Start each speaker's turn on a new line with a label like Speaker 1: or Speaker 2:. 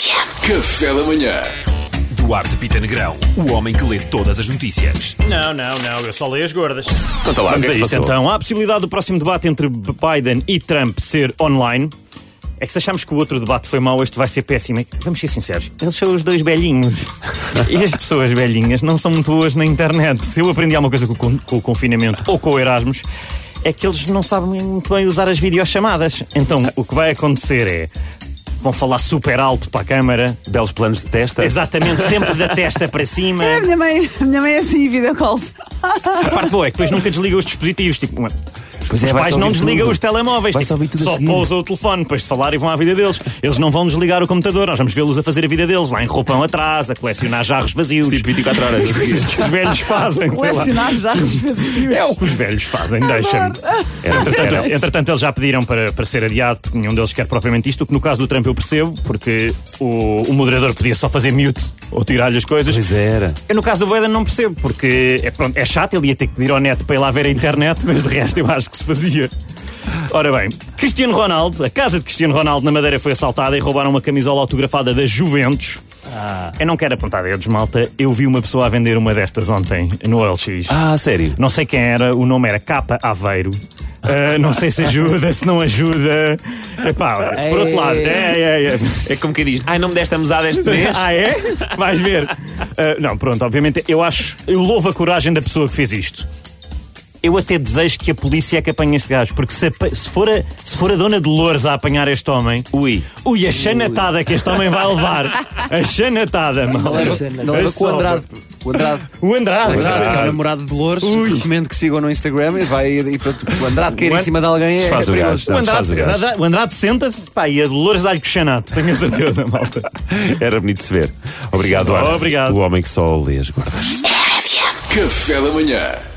Speaker 1: Café da manhã.
Speaker 2: Duarte Pita Negrão, o homem que lê todas as notícias.
Speaker 3: Não, não, não, eu só leio as gordas.
Speaker 2: Conta lá, o
Speaker 3: Vamos
Speaker 2: que é
Speaker 3: a
Speaker 2: que se
Speaker 3: isso
Speaker 2: passou?
Speaker 3: então. Há a possibilidade do próximo debate entre B- Biden e Trump ser online. É que se achamos que o outro debate foi mau, este vai ser péssimo. É que, Vamos ser sinceros, eles são os dois velhinhos. E as pessoas velhinhas não são muito boas na internet. Se eu aprendi alguma coisa com, o con- com o confinamento ou com o Erasmus, é que eles não sabem muito bem usar as videochamadas. Então, o que vai acontecer é... Vão falar super alto para a câmara,
Speaker 2: então. Belos planos de testa.
Speaker 3: exatamente sempre da testa para cima.
Speaker 4: A É, minha mãe, a minha mãe é assim, vida calls.
Speaker 3: A parte boa é que depois nunca desliga os dispositivos. Tipo, uma-
Speaker 2: Pois é,
Speaker 3: os
Speaker 2: vai-se
Speaker 3: pais
Speaker 2: ouvir
Speaker 3: não desligam
Speaker 2: tudo.
Speaker 3: os telemóveis. tipo,
Speaker 2: Vai-se ouvir tudo a
Speaker 3: só
Speaker 2: seguir.
Speaker 3: pousam o telefone depois de falar e vão à vida deles. Eles não vão desligar o computador, nós vamos vê-los a fazer a vida deles, lá em roupão atrás, a colecionar jarros vazios.
Speaker 2: Tipo 24 horas a seguir.
Speaker 3: os velhos fazem, sei lá.
Speaker 4: Colecionar já os vazios.
Speaker 3: É o que os velhos fazem, deixa-me. Entretanto, entretanto, eles já pediram para, para ser adiado, porque nenhum deles quer propriamente isto, o que no caso do Trump eu percebo, porque o, o moderador podia só fazer mute ou tirar-lhe as coisas.
Speaker 2: Pois era.
Speaker 3: Eu, no caso do Biden, não percebo, porque é, pronto, é chato, ele ia ter que pedir ao neto para ir lá ver a internet, mas de resto eu acho que se fazia. Ora bem, Cristiano Ronaldo, a casa de Cristiano Ronaldo na Madeira foi assaltada e roubaram uma camisola autografada da Juventus. Eu não quero apontar dedos, malta. Eu vi uma pessoa a vender uma destas ontem no LX.
Speaker 2: Ah, sério?
Speaker 3: Não sei quem era, o nome era Capa Aveiro. Ah, não sei se ajuda, se não ajuda. Epá, por outro lado, é, é, é.
Speaker 2: É como quem diz, ai, não me deste a mesada este mês.
Speaker 3: Ah, é? Vais ver. Ah, não, pronto, obviamente eu acho. Eu louvo a coragem da pessoa que fez isto. Eu até desejo que a polícia é que apanhe este gajo, porque se, apa- se for, a, se for a dona Dolores a apanhar este homem.
Speaker 2: Ui.
Speaker 3: Ui, a chanatada que este homem vai levar. A chanatada, mal.
Speaker 5: Não é leva com o Andrade. O Andrade,
Speaker 3: O Andrade.
Speaker 5: o Andrade, que é o
Speaker 3: cara.
Speaker 5: namorado de Dolores, recomendo que sigam no Instagram e vai e pronto, o Andrade cair em cima de alguém é, é
Speaker 2: Desfaz o gajo,
Speaker 3: O
Speaker 5: perigoso.
Speaker 2: não, desfaz
Speaker 3: Andrade,
Speaker 2: o gajo.
Speaker 3: o Andrade senta-se pá, e a Dolores dá-lhe com o chanato, tenho a certeza, malta.
Speaker 2: Era bonito de se ver. Obrigado, Duarte.
Speaker 3: Obrigado.
Speaker 2: O homem que só lê as gordas.
Speaker 1: Café da manhã.